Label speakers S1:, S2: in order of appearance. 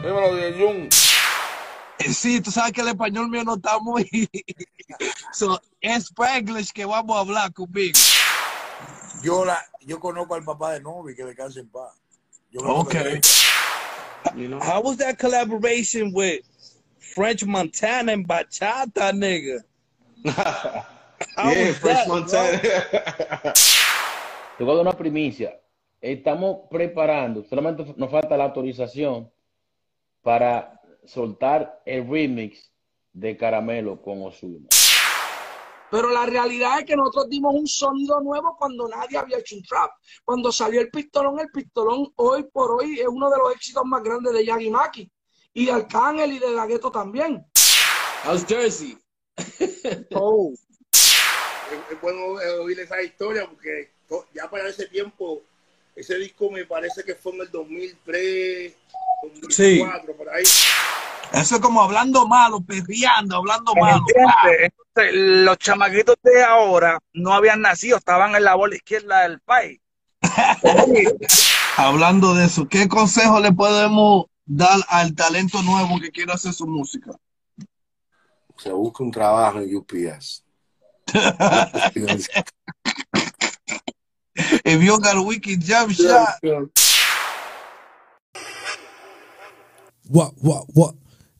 S1: Dímelo, DJ Jun.
S2: Eh, Sí, tú sabes que el español mío no está muy. so, es Spanglish que vamos a hablar conmigo.
S3: Yo, la, yo conozco al papá de Novi, que descanse en paz. Yo lo
S2: Okay.
S4: You know?
S2: How was that collaboration with French Montana and Bachata, nigga? How
S4: yeah,
S2: was
S4: French
S2: that,
S4: Montana.
S1: Te voy a dar una primicia. Estamos preparando, solamente nos falta la autorización para soltar el remix de Caramelo con Osuna.
S5: Pero la realidad es que nosotros dimos un sonido nuevo cuando nadie había hecho un trap. Cuando salió el pistolón, el pistolón hoy por hoy es uno de los éxitos más grandes de Yagi Maki. Y de Arcángel y de La Ghetto también.
S4: How's Jersey?
S5: Oh.
S3: Es, es bueno eh, oír esa historia porque to- ya para ese tiempo, ese disco me parece que fue en el 2003, 2004, por ahí.
S2: Eso es como hablando malo, perreando, hablando malo. Ah.
S6: ¿Entiendes? Entonces, los chamaquitos de ahora no habían nacido, estaban en la bola izquierda del país.
S2: Hablando de eso, ¿qué consejo le podemos dar al talento nuevo que quiere hacer su música?
S3: Se busca un trabajo en UPS.
S2: If you got a wicked jump shot,
S7: What, what, what?